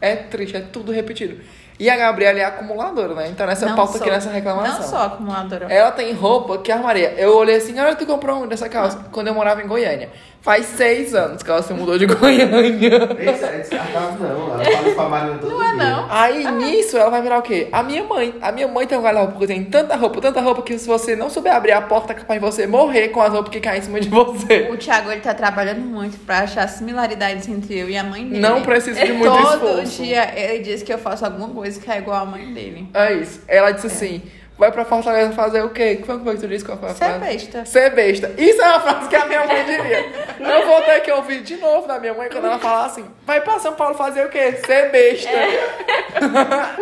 [SPEAKER 3] É triste, é tudo repetido. E a Gabriela é acumuladora, né? Então nessa
[SPEAKER 1] Não
[SPEAKER 3] pauta
[SPEAKER 1] sou-
[SPEAKER 3] aqui, nessa reclamação.
[SPEAKER 1] Não sou acumuladora.
[SPEAKER 3] Ela tem roupa que armaria. Eu olhei assim, olha, tu comprou um dessa calça quando eu morava em Goiânia. Faz seis anos que ela se mudou de Goiânia.
[SPEAKER 5] Esse é descartável, não. Ela fala isso pra Marina todo Não é,
[SPEAKER 1] não.
[SPEAKER 3] Aí nisso ela vai virar o quê? A minha mãe. A minha mãe tem um guarda-roupa que tem tanta roupa, tanta roupa que se você não souber abrir a porta, é capaz de você morrer com as roupas que caem em cima de você.
[SPEAKER 1] O Thiago ele tá trabalhando muito pra achar similaridades entre eu e a mãe dele.
[SPEAKER 3] Não precisa de muito
[SPEAKER 1] É. Todo
[SPEAKER 3] esforço.
[SPEAKER 1] dia ele diz que eu faço alguma coisa que é igual à mãe dele.
[SPEAKER 3] É isso. Ela disse assim: vai pra Fortaleza fazer o quê? Que foi que tu disse? Qual foi a
[SPEAKER 1] Você é
[SPEAKER 3] frase?
[SPEAKER 1] besta.
[SPEAKER 3] Ser besta. Isso é uma frase que a minha mãe diria. Eu vou ter que ouvir de novo da minha mãe quando ela falar assim: vai pra São Paulo fazer o quê? Ser besta. É,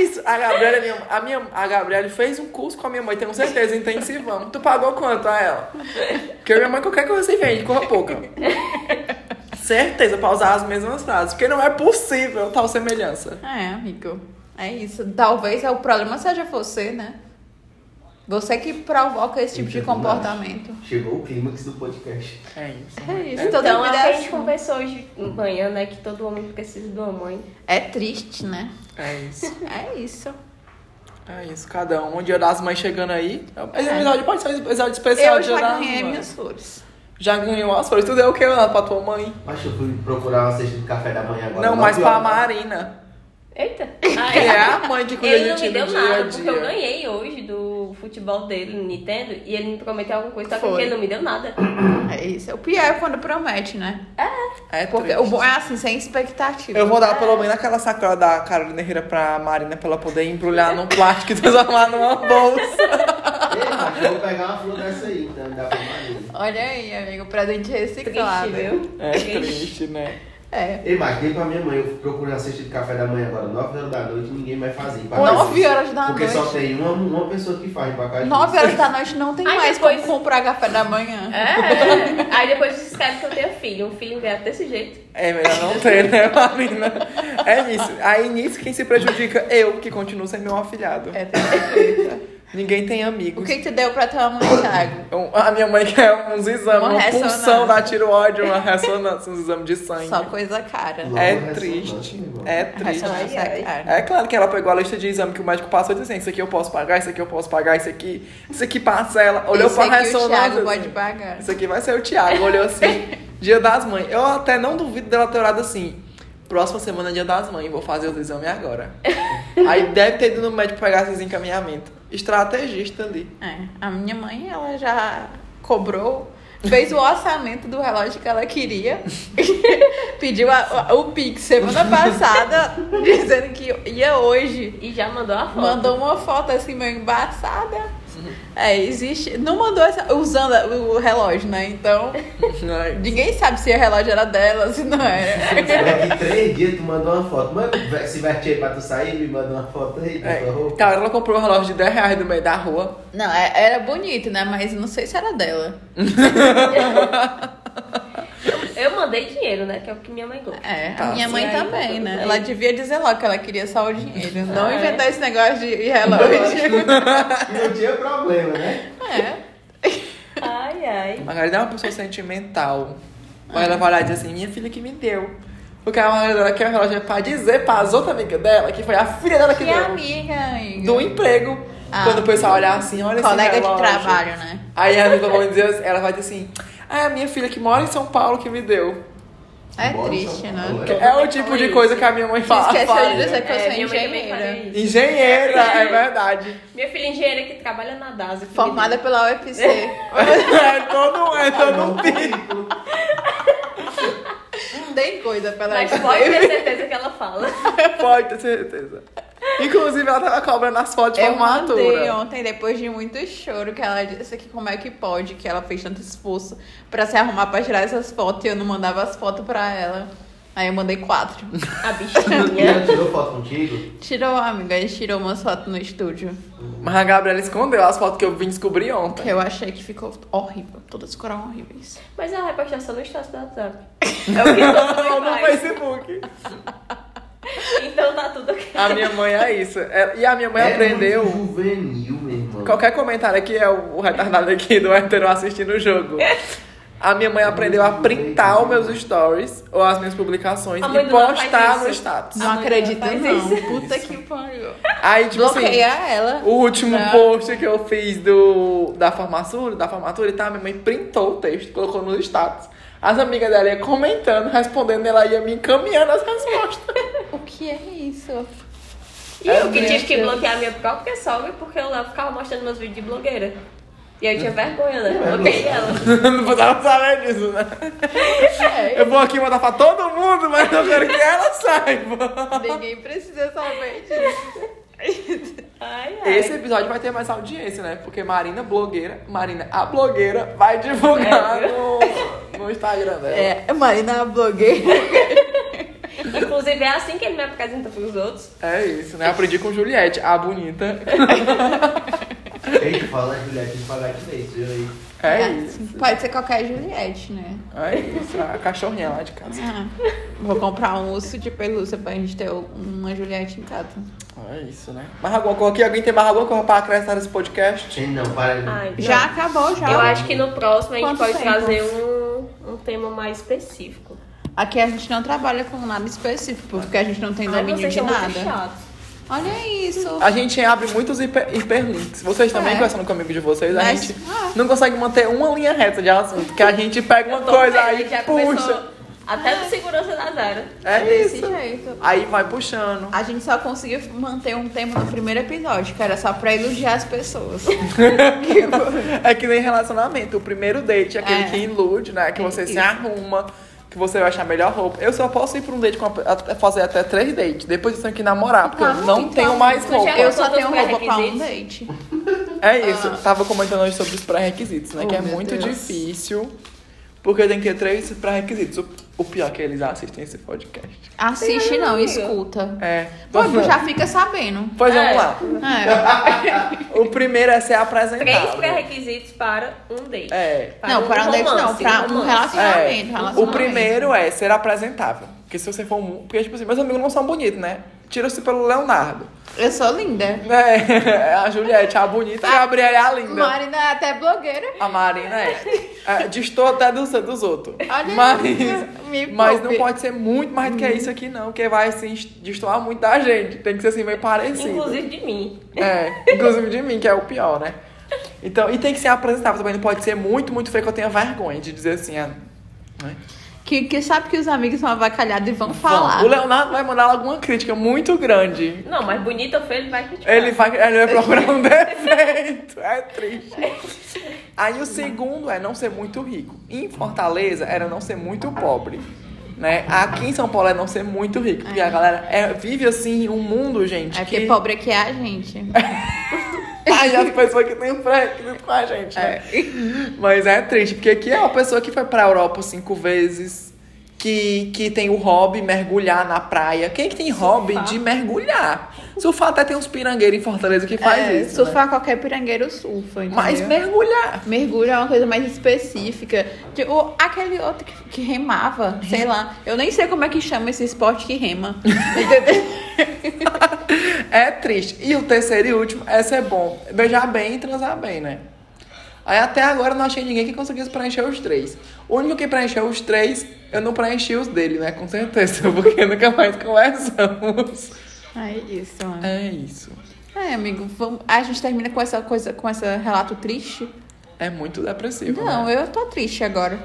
[SPEAKER 3] isso. A Gabriela, é minha, a minha, a Gabriela fez um curso com a minha mãe, tenho certeza, intensivão. Tu pagou quanto a ela? Porque a minha mãe, qualquer coisa você vende, corra pouca. Certeza, pra usar as mesmas frases. Porque não é possível tal semelhança.
[SPEAKER 1] É, amigo. É isso. Talvez o problema seja você, né? Você que provoca esse tipo de comportamento.
[SPEAKER 5] Chegou o clímax do podcast.
[SPEAKER 3] É isso.
[SPEAKER 1] É isso.
[SPEAKER 4] Então,
[SPEAKER 1] Toda
[SPEAKER 4] é o que
[SPEAKER 1] vida
[SPEAKER 4] a
[SPEAKER 1] é,
[SPEAKER 4] gente
[SPEAKER 1] assim.
[SPEAKER 4] conversou hoje de manhã, né? Que todo homem precisa de uma mãe.
[SPEAKER 1] é triste, né?
[SPEAKER 3] É isso.
[SPEAKER 1] É isso.
[SPEAKER 3] É isso. Cada um. O Dia das Mães chegando aí.
[SPEAKER 4] É.
[SPEAKER 3] Esse episódio pode ser um episódio especial.
[SPEAKER 1] eu
[SPEAKER 3] de Dia
[SPEAKER 1] já
[SPEAKER 3] das
[SPEAKER 1] ganhei
[SPEAKER 3] Mães.
[SPEAKER 1] minhas flores.
[SPEAKER 3] Já ganhou as flores. Tu deu o que lá pra tua mãe?
[SPEAKER 5] Mas eu fui procurar uma cesta de café da manhã agora.
[SPEAKER 3] não,
[SPEAKER 5] nove
[SPEAKER 3] mas pra
[SPEAKER 5] horas.
[SPEAKER 3] Marina.
[SPEAKER 4] Eita!
[SPEAKER 3] Que é a mãe que cuida
[SPEAKER 4] Ele
[SPEAKER 3] de
[SPEAKER 4] não
[SPEAKER 3] ti
[SPEAKER 4] me
[SPEAKER 3] no
[SPEAKER 4] deu
[SPEAKER 3] dia a
[SPEAKER 4] nada, porque eu
[SPEAKER 3] dia.
[SPEAKER 4] ganhei hoje do futebol dele no Nintendo e ele me prometeu alguma coisa, só que
[SPEAKER 1] Foi.
[SPEAKER 4] ele não me deu nada.
[SPEAKER 1] É isso. O pior é quando promete, né? Porque
[SPEAKER 3] É porque
[SPEAKER 1] o bom é assim, sem expectativa.
[SPEAKER 3] Eu vou dar pelo menos aquela sacola da Carolina Herrera pra Marina pra ela poder embrulhar num plástico e transformar numa bolsa.
[SPEAKER 5] Ei, mas eu vou pegar uma flor dessa aí, então dá pra Marina.
[SPEAKER 1] Olha aí, amigo, presente
[SPEAKER 4] Triste,
[SPEAKER 1] reciclado.
[SPEAKER 4] viu?
[SPEAKER 3] É triste, né?
[SPEAKER 1] né? É.
[SPEAKER 5] Ei, mas dei pra minha mãe, eu procurei uma cesta de café da manhã agora, 9 horas da noite, ninguém vai fazer. pra
[SPEAKER 1] Nove
[SPEAKER 5] fazer.
[SPEAKER 1] horas da
[SPEAKER 5] Porque
[SPEAKER 1] noite.
[SPEAKER 5] só tem uma, uma pessoa que faz pra cá.
[SPEAKER 1] 9 horas da noite não tem
[SPEAKER 4] Aí
[SPEAKER 1] mais
[SPEAKER 4] depois-
[SPEAKER 1] como comprar café da manhã.
[SPEAKER 4] É. Aí depois vocês querem que eu tenha filho. Um filho ingrato desse jeito.
[SPEAKER 3] É melhor não ter, né, Marina? É isso. Aí nisso quem se prejudica? Eu, que continuo sendo meu afilhado.
[SPEAKER 1] É, tem certeza.
[SPEAKER 3] Ninguém tem
[SPEAKER 1] O
[SPEAKER 3] amigos.
[SPEAKER 1] que que tu deu pra tua mãe, Thiago?
[SPEAKER 3] Um- a minha mãe quer uns exames,
[SPEAKER 1] Uma
[SPEAKER 3] uma, punção
[SPEAKER 1] ressonância.
[SPEAKER 3] da tiroide, uma ressonância, uns exames de sangue.
[SPEAKER 1] Só coisa cara. né?
[SPEAKER 5] Logo
[SPEAKER 3] É
[SPEAKER 5] ressonância,
[SPEAKER 3] triste.
[SPEAKER 5] meu irmão.
[SPEAKER 3] É né? triste.
[SPEAKER 1] Ressonância
[SPEAKER 4] Ai, ai.
[SPEAKER 1] cara.
[SPEAKER 3] É claro que ela pegou a lista de exame que o médico passou e disse assim, isso aqui eu posso pagar, isso aqui eu posso pagar, isso aqui, isso aqui parcela. Olhou
[SPEAKER 1] Esse
[SPEAKER 3] pra
[SPEAKER 1] aqui o
[SPEAKER 3] ressonância.
[SPEAKER 1] Thiago
[SPEAKER 3] assim,
[SPEAKER 1] pode pagar.
[SPEAKER 3] Isso aqui vai ser o Thiago, olhou assim, dia das mães. Eu até não duvido dela ter orado assim. Próxima semana é dia das mães, vou fazer os exames agora. Aí deve ter ido no médico pegar esses encaminhamentos. Estrategista ali.
[SPEAKER 1] É, a minha mãe, ela já cobrou, fez o orçamento do relógio que ela queria, pediu a- o Pix semana passada, dizendo que ia hoje.
[SPEAKER 4] E já mandou a foto.
[SPEAKER 1] Mandou uma foto assim meio embaçada. É, existe. Não mandou essa. Usando o relógio, né? Então,
[SPEAKER 3] Ai.
[SPEAKER 1] ninguém sabe se o relógio era dela, se não era.
[SPEAKER 5] Daqui três dias tu mandou uma foto. Mano, vai- se vai te pra tu sair, me manda uma foto aí, por
[SPEAKER 3] É.
[SPEAKER 5] favor.
[SPEAKER 3] Cara, ela comprou um relógio de 10 reais no meio da rua.
[SPEAKER 1] Não, é- era bonito, né? Mas não sei se era dela.
[SPEAKER 4] Eu mandei dinheiro, né? Que é o que minha mãe gosta.
[SPEAKER 1] É,
[SPEAKER 3] Tá.
[SPEAKER 1] a minha mãe
[SPEAKER 4] E aí, tá
[SPEAKER 1] também,
[SPEAKER 4] tudo
[SPEAKER 1] né?
[SPEAKER 4] bem.
[SPEAKER 1] Ela devia dizer logo que ela queria só o dinheiro. Não
[SPEAKER 4] Ah, é?
[SPEAKER 1] inventar esse negócio de relógio.
[SPEAKER 5] Não tinha problema, né?
[SPEAKER 1] é.
[SPEAKER 4] Ai, ai.
[SPEAKER 3] Margarida é uma pessoa sentimental. Mas ela vai lá e diz assim, minha filha que me deu. Porque a Margarida ela quer um relógio pra dizer pras outras amigas dela que foi a filha dela que,
[SPEAKER 1] Que
[SPEAKER 3] deu.
[SPEAKER 1] amiga, amiga.
[SPEAKER 3] Do emprego.
[SPEAKER 1] Ah.
[SPEAKER 3] Quando o pessoal olhar assim, olha esse
[SPEAKER 1] Colega de
[SPEAKER 3] relógio.
[SPEAKER 1] trabalho, né?
[SPEAKER 3] Aí a amiga vai dizer, ela vai dizer assim, ah, é a minha filha que mora em São Paulo que me deu.
[SPEAKER 1] É
[SPEAKER 5] Bora,
[SPEAKER 1] triste,
[SPEAKER 5] São
[SPEAKER 1] né?
[SPEAKER 4] então,
[SPEAKER 5] Paulo,
[SPEAKER 3] É o tipo de coisa que a minha mãe fala.
[SPEAKER 1] Esqueceu de
[SPEAKER 3] faz.
[SPEAKER 1] dizer que eu
[SPEAKER 4] É,
[SPEAKER 1] sou
[SPEAKER 4] minha mãe também
[SPEAKER 1] engenheira.
[SPEAKER 4] faria isso.
[SPEAKER 3] Engenheira, é verdade.
[SPEAKER 4] Minha filha é engenheira que trabalha na DASA. que me
[SPEAKER 1] Formada
[SPEAKER 4] deu.
[SPEAKER 1] pela UFC.
[SPEAKER 3] É todo, é todo um
[SPEAKER 5] currículo.
[SPEAKER 1] Tem coisa pela
[SPEAKER 4] Mas
[SPEAKER 1] UFC.
[SPEAKER 4] pode ter certeza que ela fala.
[SPEAKER 3] Pode ter certeza. Inclusive, ela tava cobrando as fotos de
[SPEAKER 1] Eu mandei
[SPEAKER 3] formatura.
[SPEAKER 1] ontem, depois de muito choro, que ela disse que como é que pode, que ela fez tanto esforço pra se arrumar pra tirar essas fotos e eu não mandava as fotos pra ela. Aí eu mandei quatro.
[SPEAKER 4] A
[SPEAKER 5] E ela
[SPEAKER 4] bichinha.
[SPEAKER 5] tirou foto contigo?
[SPEAKER 1] Tirou, amiga, a gente tirou umas fotos no estúdio.
[SPEAKER 3] Mas a Gabriela escondeu as fotos que eu vim descobrir ontem.
[SPEAKER 1] Que eu achei que ficou horrível. Todas ficaram horríveis.
[SPEAKER 4] Mas ela vai postar só no status do WhatsApp. É o que todo
[SPEAKER 3] Ou
[SPEAKER 4] mundo
[SPEAKER 3] no
[SPEAKER 4] faz.
[SPEAKER 3] Facebook.
[SPEAKER 4] Então tá tudo ok.
[SPEAKER 3] A minha mãe é isso. É- E a minha mãe
[SPEAKER 5] É
[SPEAKER 3] aprendeu.
[SPEAKER 5] muito juvenil, meu irmão.
[SPEAKER 3] Qualquer comentário aqui é o o retardado aqui do hétero assistindo o jogo. A minha mãe aprendeu a printar os meus stories ou as minhas publicações
[SPEAKER 4] A mãe
[SPEAKER 3] e
[SPEAKER 4] do Léo faz
[SPEAKER 3] postar
[SPEAKER 4] isso.
[SPEAKER 3] no status.
[SPEAKER 1] Não
[SPEAKER 4] Amanhã
[SPEAKER 1] acredito,
[SPEAKER 4] faz
[SPEAKER 1] não.
[SPEAKER 4] isso.
[SPEAKER 1] Puta que pariu.
[SPEAKER 3] Aí, tipo assim,
[SPEAKER 1] Bloqueia ela.
[SPEAKER 3] O último
[SPEAKER 1] Tá.
[SPEAKER 3] post que eu fiz do, da formatura, da formatura e tal, minha mãe printou o texto, colocou nos status. As amigas dela iam comentando, respondendo, ela ia me encaminhando as respostas.
[SPEAKER 1] O que é isso?
[SPEAKER 4] E
[SPEAKER 1] É,
[SPEAKER 4] eu que tive que bloquear a minha própria sogra porque eu ficava mostrando meus vídeos de blogueira. E eu tinha vergonha, né? Eu Bloqueei ela.
[SPEAKER 3] não precisava saber disso, né?
[SPEAKER 1] É,
[SPEAKER 3] Eu vou aqui mandar pra todo mundo, mas eu quero que ela saiba.
[SPEAKER 1] ninguém precisa saber disso.
[SPEAKER 4] Ai, ai.
[SPEAKER 3] É. Esse episódio vai ter mais audiência, né? Porque Marina, blogueira, Marina, a blogueira, vai divulgar
[SPEAKER 4] É.
[SPEAKER 3] no, no Instagram dela.
[SPEAKER 1] É, Marina blogueira.
[SPEAKER 4] Inclusive é assim que ele me apresenta pros outros.
[SPEAKER 3] É isso, né? Aprendi com Juliette, a bonita.
[SPEAKER 5] Ei, tu fala, Juliette, tem que pagar direito, viu aí?
[SPEAKER 3] É isso.
[SPEAKER 1] Pode ser qualquer Juliette, né? Ah.
[SPEAKER 3] É isso, a cachorrinha lá de casa.
[SPEAKER 1] Vou comprar um urso de pelúcia pra gente ter uma Juliette em casa.
[SPEAKER 3] É isso, né? Mais alguma coisa aqui? Alguém tem mais alguma coisa pra acrescentar nesse podcast?
[SPEAKER 5] Gente, não, para.
[SPEAKER 4] Ai, não.
[SPEAKER 1] Já acabou, já.
[SPEAKER 4] Eu acho que no próximo a gente
[SPEAKER 1] Quanto
[SPEAKER 4] pode
[SPEAKER 1] tempo?
[SPEAKER 4] trazer um, um tema mais específico.
[SPEAKER 1] Aqui a gente não trabalha com nada específico, porque a gente não tem
[SPEAKER 4] Ai,
[SPEAKER 1] domínio
[SPEAKER 4] vocês
[SPEAKER 1] de
[SPEAKER 4] são muito
[SPEAKER 1] nada.
[SPEAKER 4] chatos.
[SPEAKER 1] Olha isso.
[SPEAKER 3] A gente abre muitos hiper- hiperlinks. Vocês também
[SPEAKER 1] É.
[SPEAKER 3] conversando com amigos de vocês, a
[SPEAKER 1] Mas-
[SPEAKER 3] gente
[SPEAKER 1] ah.
[SPEAKER 3] não consegue manter uma linha reta de assunto. Que a gente pega uma
[SPEAKER 4] Tô
[SPEAKER 3] coisa
[SPEAKER 4] vendo,
[SPEAKER 3] aí
[SPEAKER 4] já
[SPEAKER 3] puxa.
[SPEAKER 4] começou Até do segurança da Zara.
[SPEAKER 3] É
[SPEAKER 1] Desse
[SPEAKER 3] isso.
[SPEAKER 1] jeito.
[SPEAKER 3] Aí vai puxando.
[SPEAKER 1] A gente só conseguiu manter um tema no primeiro episódio, que era só pra elogiar as pessoas.
[SPEAKER 3] É que nem relacionamento. O primeiro date é aquele
[SPEAKER 1] É.
[SPEAKER 3] que ilude, né? Que
[SPEAKER 1] É
[SPEAKER 3] você se
[SPEAKER 1] isso.
[SPEAKER 3] arruma, que você vai achar a melhor roupa. Eu só posso ir pra um date com uma, até- fazer até três dates. Depois eu tenho que namorar, porque eu não
[SPEAKER 1] Então,
[SPEAKER 3] tenho mais
[SPEAKER 4] tu já
[SPEAKER 3] roupa.
[SPEAKER 1] Eu só
[SPEAKER 4] Todos
[SPEAKER 1] tenho
[SPEAKER 4] os
[SPEAKER 1] roupa pra um
[SPEAKER 4] pré-requisitos.
[SPEAKER 1] date.
[SPEAKER 3] É isso, tava comentando hoje sobre os pré-requisitos, né?
[SPEAKER 1] Ah. Oh,
[SPEAKER 3] que é
[SPEAKER 1] meu
[SPEAKER 3] muito
[SPEAKER 1] Deus.
[SPEAKER 3] difícil, porque tem que ter três pré-requisitos. O, o pior é que eles assistem esse podcast.
[SPEAKER 1] Assiste
[SPEAKER 4] Sim,
[SPEAKER 1] não,
[SPEAKER 4] amiga.
[SPEAKER 1] escuta.
[SPEAKER 3] É.
[SPEAKER 1] Pô,
[SPEAKER 3] vamos
[SPEAKER 1] tu
[SPEAKER 3] lá.
[SPEAKER 1] já fica sabendo.
[SPEAKER 3] Pois
[SPEAKER 4] É.
[SPEAKER 3] vamos lá.
[SPEAKER 1] É.
[SPEAKER 3] O primeiro é ser apresentado.
[SPEAKER 4] Três pré-requisitos para um date.
[SPEAKER 3] É.
[SPEAKER 1] Não, para um date não,
[SPEAKER 4] romance,
[SPEAKER 1] pra um
[SPEAKER 4] romance.
[SPEAKER 3] É.
[SPEAKER 1] relacionamento.
[SPEAKER 3] O
[SPEAKER 1] relacionamento.
[SPEAKER 3] primeiro é ser apresentável. Porque se você for um. Porque, tipo assim, meus amigos não são bonitos, né? Tira-se pelo Leonardo.
[SPEAKER 1] Eu sou linda.
[SPEAKER 3] É, a Juliette, é a bonita, a Gabriela é a linda.
[SPEAKER 1] Marina é até blogueira.
[SPEAKER 3] A Marina é. é distor até dos, dos outros.
[SPEAKER 1] Olha
[SPEAKER 3] mas,
[SPEAKER 1] isso, me
[SPEAKER 3] mas não
[SPEAKER 1] poupe.
[SPEAKER 3] pode ser muito mais do que isso aqui, não, porque vai assim, destoar muito da gente. Tem que ser assim, meio parecido.
[SPEAKER 4] Inclusive de mim.
[SPEAKER 3] É, inclusive de mim, que é o pior, né? Então, e tem que ser apresentável também. Não pode ser muito, muito feio que eu tenha vergonha de dizer assim, ah, né?
[SPEAKER 1] Que, que sabe que os amigos são avacalhados e vão falar.
[SPEAKER 3] Bom, O Leonardo vai mandar alguma crítica muito grande.
[SPEAKER 4] Não, mas bonito ou feio, ele vai criticar.
[SPEAKER 3] Ele vai, ele vai procurar um defeito. É triste. Aí o segundo é não ser muito rico. Em Fortaleza era não ser muito pobre. Né? Aqui em São Paulo é não ser muito rico. Porque a galera é- vive assim um mundo, gente.
[SPEAKER 1] É
[SPEAKER 3] que
[SPEAKER 1] porque pobre aqui é a gente.
[SPEAKER 3] Ai, as pessoas que tem pra, que tem com a gente, né? Mas é triste, porque aqui é uma pessoa que foi pra Europa cinco vezes, que, que tem o hobby mergulhar na praia. Quem é que tem hobby de mergulhar? Surfar até tem uns pirangueiros em Fortaleza que faz
[SPEAKER 1] É,
[SPEAKER 3] isso. né?
[SPEAKER 1] surfar qualquer pirangueiro surfa, entendeu?
[SPEAKER 3] Mas mergulhar.
[SPEAKER 1] Mergulho é uma coisa mais específica. Tipo, aquele outro que, que remava, sei lá. Eu nem sei como é que chama esse esporte que rema. Entendeu?
[SPEAKER 3] É triste. E o terceiro e último, essa é bom. Beijar bem e transar bem, né? Aí até agora eu não achei ninguém que conseguisse preencher os três. O único que preencheu os três, eu não preenchi os dele, né? Com certeza, porque nunca mais conversamos.
[SPEAKER 1] é isso, mano.
[SPEAKER 3] É isso.
[SPEAKER 1] É, amigo, vamos... a gente termina com essa coisa, com esse relato triste.
[SPEAKER 3] É muito depressivo.
[SPEAKER 1] Não,
[SPEAKER 3] né?
[SPEAKER 1] eu tô triste agora.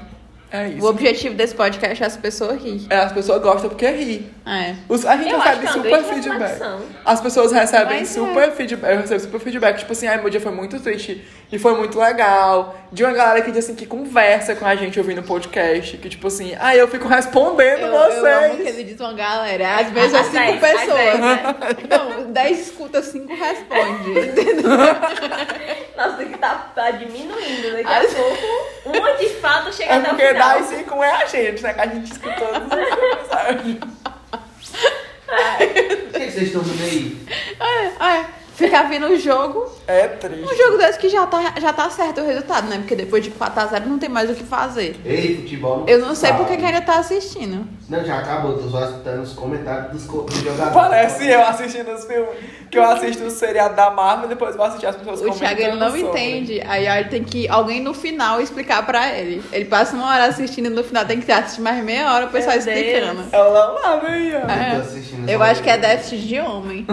[SPEAKER 3] É isso.
[SPEAKER 1] O objetivo desse podcast é as pessoas rir.
[SPEAKER 3] É, as pessoas gostam porque ri.
[SPEAKER 1] É.
[SPEAKER 3] Os- a gente
[SPEAKER 4] Eu acho que
[SPEAKER 3] recebe
[SPEAKER 4] é uma
[SPEAKER 3] super
[SPEAKER 4] grande
[SPEAKER 3] feedback.
[SPEAKER 4] reflexão.
[SPEAKER 3] As pessoas recebem
[SPEAKER 1] Mas é.
[SPEAKER 3] super feedback. Eu recebo super feedback. Tipo assim, ai, meu dia foi muito triste e foi muito legal. De uma galera que diz assim, que conversa com a gente ouvindo podcast. Que tipo assim, ai, eu fico respondendo
[SPEAKER 1] Eu, eu amo que
[SPEAKER 3] vocês.
[SPEAKER 1] ele diz uma galera. Às vezes é
[SPEAKER 4] Às
[SPEAKER 1] cinco
[SPEAKER 4] dez, às
[SPEAKER 1] pessoas.
[SPEAKER 4] dez,
[SPEAKER 1] Não, dez escuta, cinco responde.
[SPEAKER 4] Nossa, tem que tá, tá diminuindo. Daqui
[SPEAKER 1] Ai.
[SPEAKER 4] a pouco, uma de fato chega
[SPEAKER 3] É
[SPEAKER 4] até o
[SPEAKER 3] porque
[SPEAKER 4] final.
[SPEAKER 3] dá e cinco é a gente, né? Que a gente escutou. sabe?
[SPEAKER 5] Por que que vocês estão rindo aí?
[SPEAKER 1] É, é. Ficar vindo o jogo.
[SPEAKER 3] É
[SPEAKER 1] Um
[SPEAKER 3] triste.
[SPEAKER 1] jogo desse que já tá, já tá certo o resultado, né? Porque depois de 4x0 não tem mais o que fazer.
[SPEAKER 5] Ei, futebol. não
[SPEAKER 1] Eu não sei
[SPEAKER 5] sabe.
[SPEAKER 1] porque que ainda tá assistindo.
[SPEAKER 5] Não, já acabou, tô só escutando os comentários dos, co- dos jogadores.
[SPEAKER 3] Parece eu assistindo os filmes. Que eu assisto o seriado da Marvel e depois vou assistir as pessoas
[SPEAKER 1] O Thiago ele
[SPEAKER 3] comentando
[SPEAKER 1] não
[SPEAKER 3] sobre.
[SPEAKER 1] entende. Aí aí tem que alguém no final explicar pra ele. Ele passa uma hora assistindo e no final tem que assistir mais meia hora o pessoal
[SPEAKER 4] Meu Deus.
[SPEAKER 1] explicando.
[SPEAKER 3] Ela lá, veio.
[SPEAKER 5] Eu
[SPEAKER 1] É.
[SPEAKER 5] tô assistindo
[SPEAKER 1] Eu
[SPEAKER 5] só
[SPEAKER 1] acho que é
[SPEAKER 5] um-
[SPEAKER 1] déficit de homem.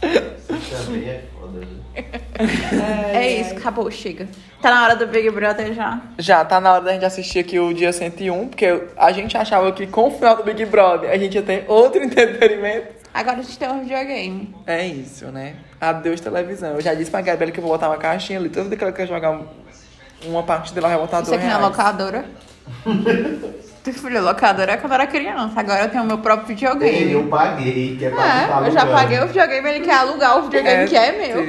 [SPEAKER 5] Também é foda. né?
[SPEAKER 1] É isso, acabou, chega. Tá na hora do Big Brother já.
[SPEAKER 3] Já tá na hora da gente assistir aqui o dia 101, porque a gente achava que com o final do Big Brother a gente ia ter outro entretenimento.
[SPEAKER 1] Agora a gente tem um videogame.
[SPEAKER 3] É isso, né? Adeus televisão. Eu já disse pra Gabriela que eu vou botar uma caixinha ali. Tudo que ela quer jogar um- uma partida, ela vai botar
[SPEAKER 1] Isso
[SPEAKER 3] dois
[SPEAKER 1] aqui é na
[SPEAKER 3] reais.
[SPEAKER 1] locadora. Tu filho, locadora é quando eu era criança. Agora eu tenho meu próprio
[SPEAKER 5] Ei,
[SPEAKER 1] videogame.
[SPEAKER 5] eu paguei, que é pra ficar
[SPEAKER 1] É, eu já
[SPEAKER 5] alugando.
[SPEAKER 1] paguei o videogame, ele quer alugar o videogame
[SPEAKER 3] É
[SPEAKER 1] que é meu.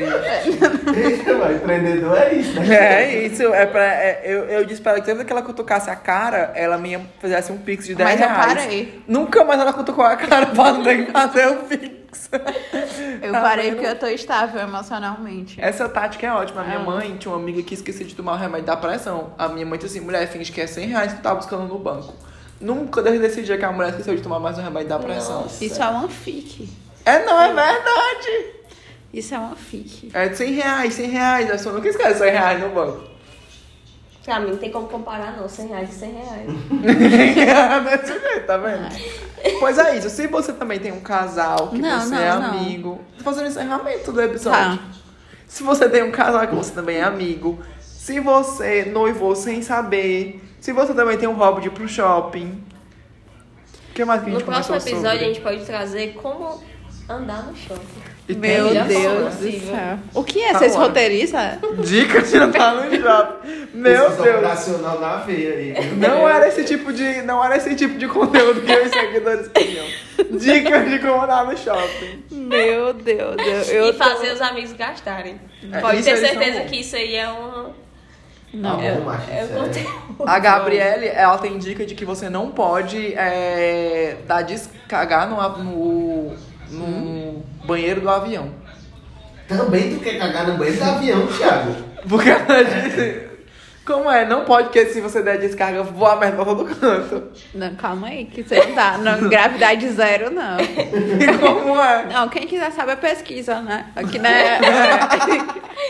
[SPEAKER 5] Mas empreendedor é isso, né?
[SPEAKER 3] É isso, é pra, é- eu, eu disse pra ela que toda vez que ela cutucasse a cara, ela me fizesse um pix de 10
[SPEAKER 1] Mas eu
[SPEAKER 3] reais.
[SPEAKER 1] parei.
[SPEAKER 3] Nunca mais ela cutucou a cara pra nem fazer o um
[SPEAKER 1] É.
[SPEAKER 3] pix.
[SPEAKER 1] Ah, Eu
[SPEAKER 3] Tá
[SPEAKER 1] parei
[SPEAKER 3] vendo?
[SPEAKER 1] porque eu tô estável emocionalmente.
[SPEAKER 3] Essa tática é ótima. A minha
[SPEAKER 1] Ah.
[SPEAKER 3] mãe tinha uma amiga que esquecia de tomar o remédio da pressão. A minha mãe disse assim, mulher, finge que é 100 reais que tu tá buscando no banco. Nunca desde esse dia que a mulher esqueceu de tomar mais um remédio da pressão.
[SPEAKER 1] Isso é uma fic.
[SPEAKER 3] É não, é verdade.
[SPEAKER 1] Isso é uma fic.
[SPEAKER 3] É de 100 reais, 100 reais. A senhora nunca esquece 100 reais no banco.
[SPEAKER 4] Pra mim não tem como comparar não, 100 reais e 100 reais.
[SPEAKER 3] É Desse jeito, tá vendo? Pois é isso. Se você também tem um casal que
[SPEAKER 1] Não,
[SPEAKER 3] você
[SPEAKER 1] não,
[SPEAKER 3] é
[SPEAKER 1] não.
[SPEAKER 3] amigo... Tô fazendo encerramento do episódio.
[SPEAKER 1] Tá.
[SPEAKER 3] Se você tem um casal que você também é amigo. Se você noivou sem saber. Se você também tem um hobby de ir pro shopping. O que mais que a gente
[SPEAKER 4] No próximo
[SPEAKER 3] conversou
[SPEAKER 4] episódio
[SPEAKER 3] sobre?
[SPEAKER 4] a gente pode trazer como andar no shopping.
[SPEAKER 3] E tem
[SPEAKER 1] Meu
[SPEAKER 4] Já
[SPEAKER 1] Deus
[SPEAKER 4] foi
[SPEAKER 1] do
[SPEAKER 4] possível.
[SPEAKER 1] céu. O que é?
[SPEAKER 3] Tá
[SPEAKER 1] Vocês
[SPEAKER 3] bom.
[SPEAKER 1] roteiristas?
[SPEAKER 3] Dica de andar no shopping. Meu
[SPEAKER 5] Pesquisa
[SPEAKER 3] Deus.
[SPEAKER 5] operacional na veia aí. viu?
[SPEAKER 3] Não era esse tipo de, não era esse tipo de conteúdo que os seguidores queriam. Dica de como andar no shopping.
[SPEAKER 1] Meu Deus. Eu, eu
[SPEAKER 4] e fazer
[SPEAKER 1] tô-
[SPEAKER 4] os amigos gastarem.
[SPEAKER 3] É,
[SPEAKER 4] Pode
[SPEAKER 3] isso
[SPEAKER 4] ter
[SPEAKER 3] eles são
[SPEAKER 4] certeza
[SPEAKER 3] bons.
[SPEAKER 4] que isso aí é um...
[SPEAKER 1] Não.
[SPEAKER 5] Tá bom, macho,
[SPEAKER 4] É um
[SPEAKER 5] sério.
[SPEAKER 4] conteúdo.
[SPEAKER 3] A Gabriele, ela tem dica de que você não pode é, dar descagar no, a- no, no
[SPEAKER 4] Hum?
[SPEAKER 3] banheiro do avião.
[SPEAKER 5] Também tu quer cagar no banheiro do avião, Thiago.
[SPEAKER 3] Porque ela disse. Como é? Não pode, porque se você der descarga, voa a merda pra todo canto.
[SPEAKER 1] Não, calma aí, que você não tá. Não, gravidade zero, não.
[SPEAKER 3] E como é?
[SPEAKER 1] Não, quem quiser saber, pesquisa, né? Aqui, né?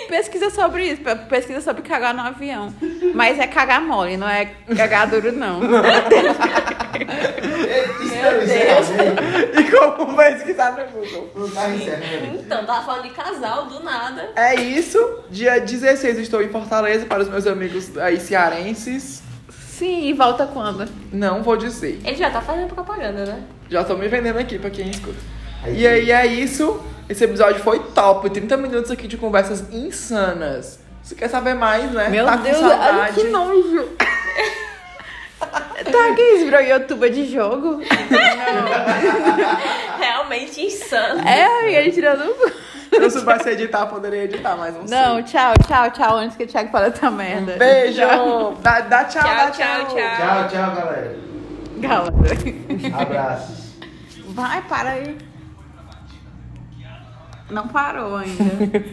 [SPEAKER 1] pesquisa sobre isso, pe- pesquisa sobre cagar no avião. Mas é cagar mole, não é cagar duro, não.
[SPEAKER 5] Ei, Isso não encerramento.
[SPEAKER 3] E como pesquisar no Google?
[SPEAKER 5] Não tá encerramento.
[SPEAKER 4] Então, tava falando de casal, do nada.
[SPEAKER 3] É isso. Dia 16 estou em Fortaleza para os meus amigos aí cearenses.
[SPEAKER 1] Sim, e volta quando?
[SPEAKER 3] Não vou dizer.
[SPEAKER 4] Ele já tá fazendo propaganda, né?
[SPEAKER 3] Já tô me vendendo aqui pra quem escuta. E aí é isso. Esse episódio foi top. 30 minutos aqui de conversas insanas. Se quer saber mais, né?
[SPEAKER 1] Meu
[SPEAKER 3] tá
[SPEAKER 1] Deus,
[SPEAKER 3] com saudade.
[SPEAKER 1] ai que nojo. tá aqui, virou youtuber de jogo.
[SPEAKER 3] Ah.
[SPEAKER 4] Realmente insano.
[SPEAKER 1] É, amiga, ele tirou no cu.
[SPEAKER 3] Se eu soubesse editar, poderia editar, mas não,
[SPEAKER 1] Não, tchau, tchau, tchau, antes que o Thiago fale essa merda.
[SPEAKER 3] sei. Beijo! Dá, dá tchau,
[SPEAKER 4] Tchau,
[SPEAKER 3] dá
[SPEAKER 4] tchau, tchau.
[SPEAKER 5] Tchau, tchau, galera.
[SPEAKER 1] Galera.
[SPEAKER 5] Abraços.
[SPEAKER 1] Vai, para aí. Não parou ainda.